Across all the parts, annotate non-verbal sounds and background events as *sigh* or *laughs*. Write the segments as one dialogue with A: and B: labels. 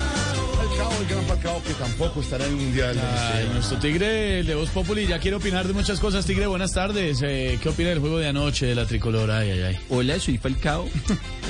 A: Al cabo, el gran Falcao, que tampoco estará en el Mundial.
B: Ay, nuestro Tigre, el de Voz Populi, ya quiere opinar de muchas cosas. Tigre, buenas tardes. Eh, ¿Qué opina del juego de anoche de la tricolor? Ay, ay, ay.
C: Hola,
B: *laughs*
C: soy Falcao.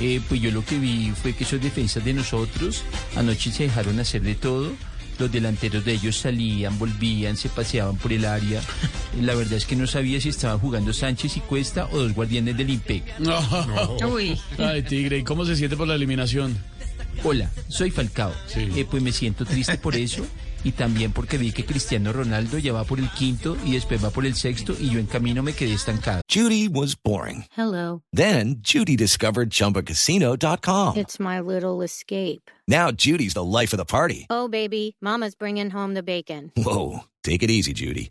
C: Eh, pues yo lo que vi fue que esos defensas de nosotros anoche se dejaron hacer de todo. Los delanteros de ellos salían, volvían, se paseaban por el área.
B: *laughs*
C: Eh, La verdad es que no sabía si estaba jugando Sánchez y Cuesta o dos guardianes del IMPEC.
B: No. *laughs*
D: Uy.
B: Ay, Tigre, ¿y cómo se siente por la eliminación?
C: Hola, soy Falcao.
B: Sí.
C: Eh, pues me siento triste
B: *laughs*
C: por eso y también porque vi que Cristiano Ronaldo ya va por el quinto y después va por el sexto y yo en camino me quedé estancado.
E: Judy was boring.
D: Hello.
E: Then Judy discovered ChumbaCasino.com.
D: It's my little escape.
E: Now Judy's the life of the party.
D: Oh, baby. Mama's bringing home the bacon.
E: Whoa, take it easy, Judy.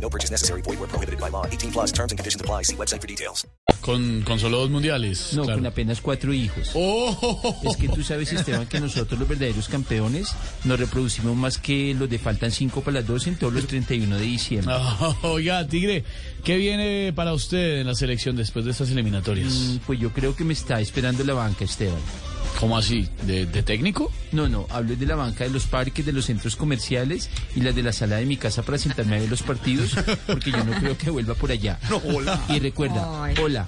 E: No purchase necessary. Void where prohibited by law. 18 plus terms and conditions apply. See website for details.
B: Con, con solo dos mundiales.
C: No,
B: claro.
C: con apenas cuatro hijos.
B: ¡Oh! *laughs*
C: Es que tú sabes, Esteban, que nosotros los verdaderos campeones nos reproducimos más que los de faltan 5 para las 12 en todos los 31 de
B: Ah.
C: diciembre.
B: Oiga, Tigre, ¿qué viene para usted en la selección después de estas
C: Mm,
B: eliminatorias?
C: Pues yo creo que me está esperando la banca, Esteban.
B: ¿Cómo así? ¿De, de técnico?
C: No, no, hablo de la banca de los parques, de los centros comerciales y las de la sala de mi casa para sentarme a ver los partidos, porque yo no creo que vuelva por allá. Y recuerda,
D: Ay.
C: hola,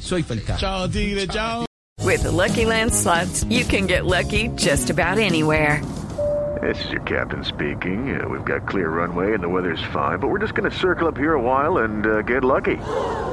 C: soy Falcao.
B: Chao, Tigre, chao.
F: With the Lucky Land slots, you can get lucky just about anywhere.
G: This is your captain speaking. Uh, we've got clear runway and the weather's fine, but we're just going to circle up here a while and uh, get lucky.